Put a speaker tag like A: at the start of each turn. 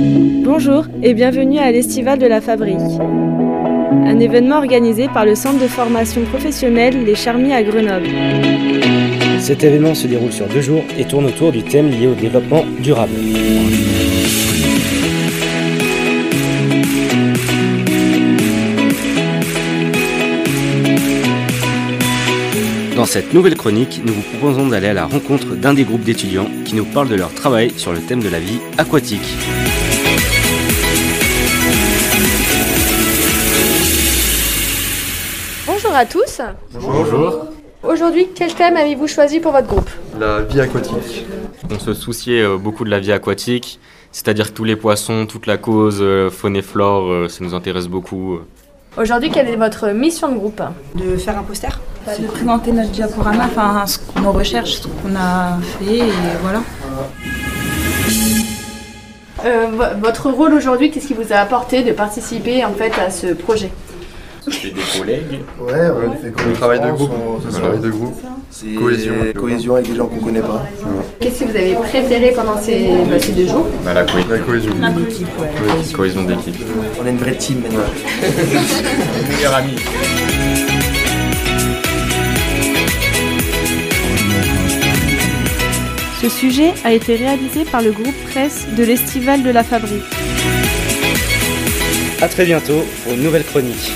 A: Bonjour et bienvenue à l'Estival de la Fabrique. Un événement organisé par le centre de formation professionnelle Les Charmis à Grenoble.
B: Cet événement se déroule sur deux jours et tourne autour du thème lié au développement durable. Dans cette nouvelle chronique, nous vous proposons d'aller à la rencontre d'un des groupes d'étudiants qui nous parlent de leur travail sur le thème de la vie aquatique.
C: Bonjour à tous.
D: Bonjour.
C: Aujourd'hui, quel thème avez-vous choisi pour votre groupe
D: La vie aquatique.
E: On se souciait euh, beaucoup de la vie aquatique, c'est-à-dire tous les poissons, toute la cause, euh, faune et flore, euh, ça nous intéresse beaucoup.
C: Aujourd'hui, quelle est votre mission de groupe
F: de faire un poster.
G: de présenter notre diaporama, enfin ce qu'on- nos recherches, ce qu'on a fait et voilà.
C: Euh, vo- Votre rôle aujourd'hui, qu'est-ce qui vous a apporté de participer en fait à ce projet
H: Ouais, on fait
D: Le travail de groupe.
H: on-
D: Le travail de groupe.
H: c'est
D: Cohésion.
H: cohésion avec des gens qu'on connaît pas.
C: Qu'est-ce que vous avez préféré pendant ces, bah, ces deux jours
E: Bah, la cohésion,
D: La cohésion.
E: cohésion d'équipe.
H: On est une vraie team maintenant.
A: Ce sujet a été réalisé par le groupe presse de l'Estival de la Fabrique.
B: A très bientôt pour une nouvelle chronique.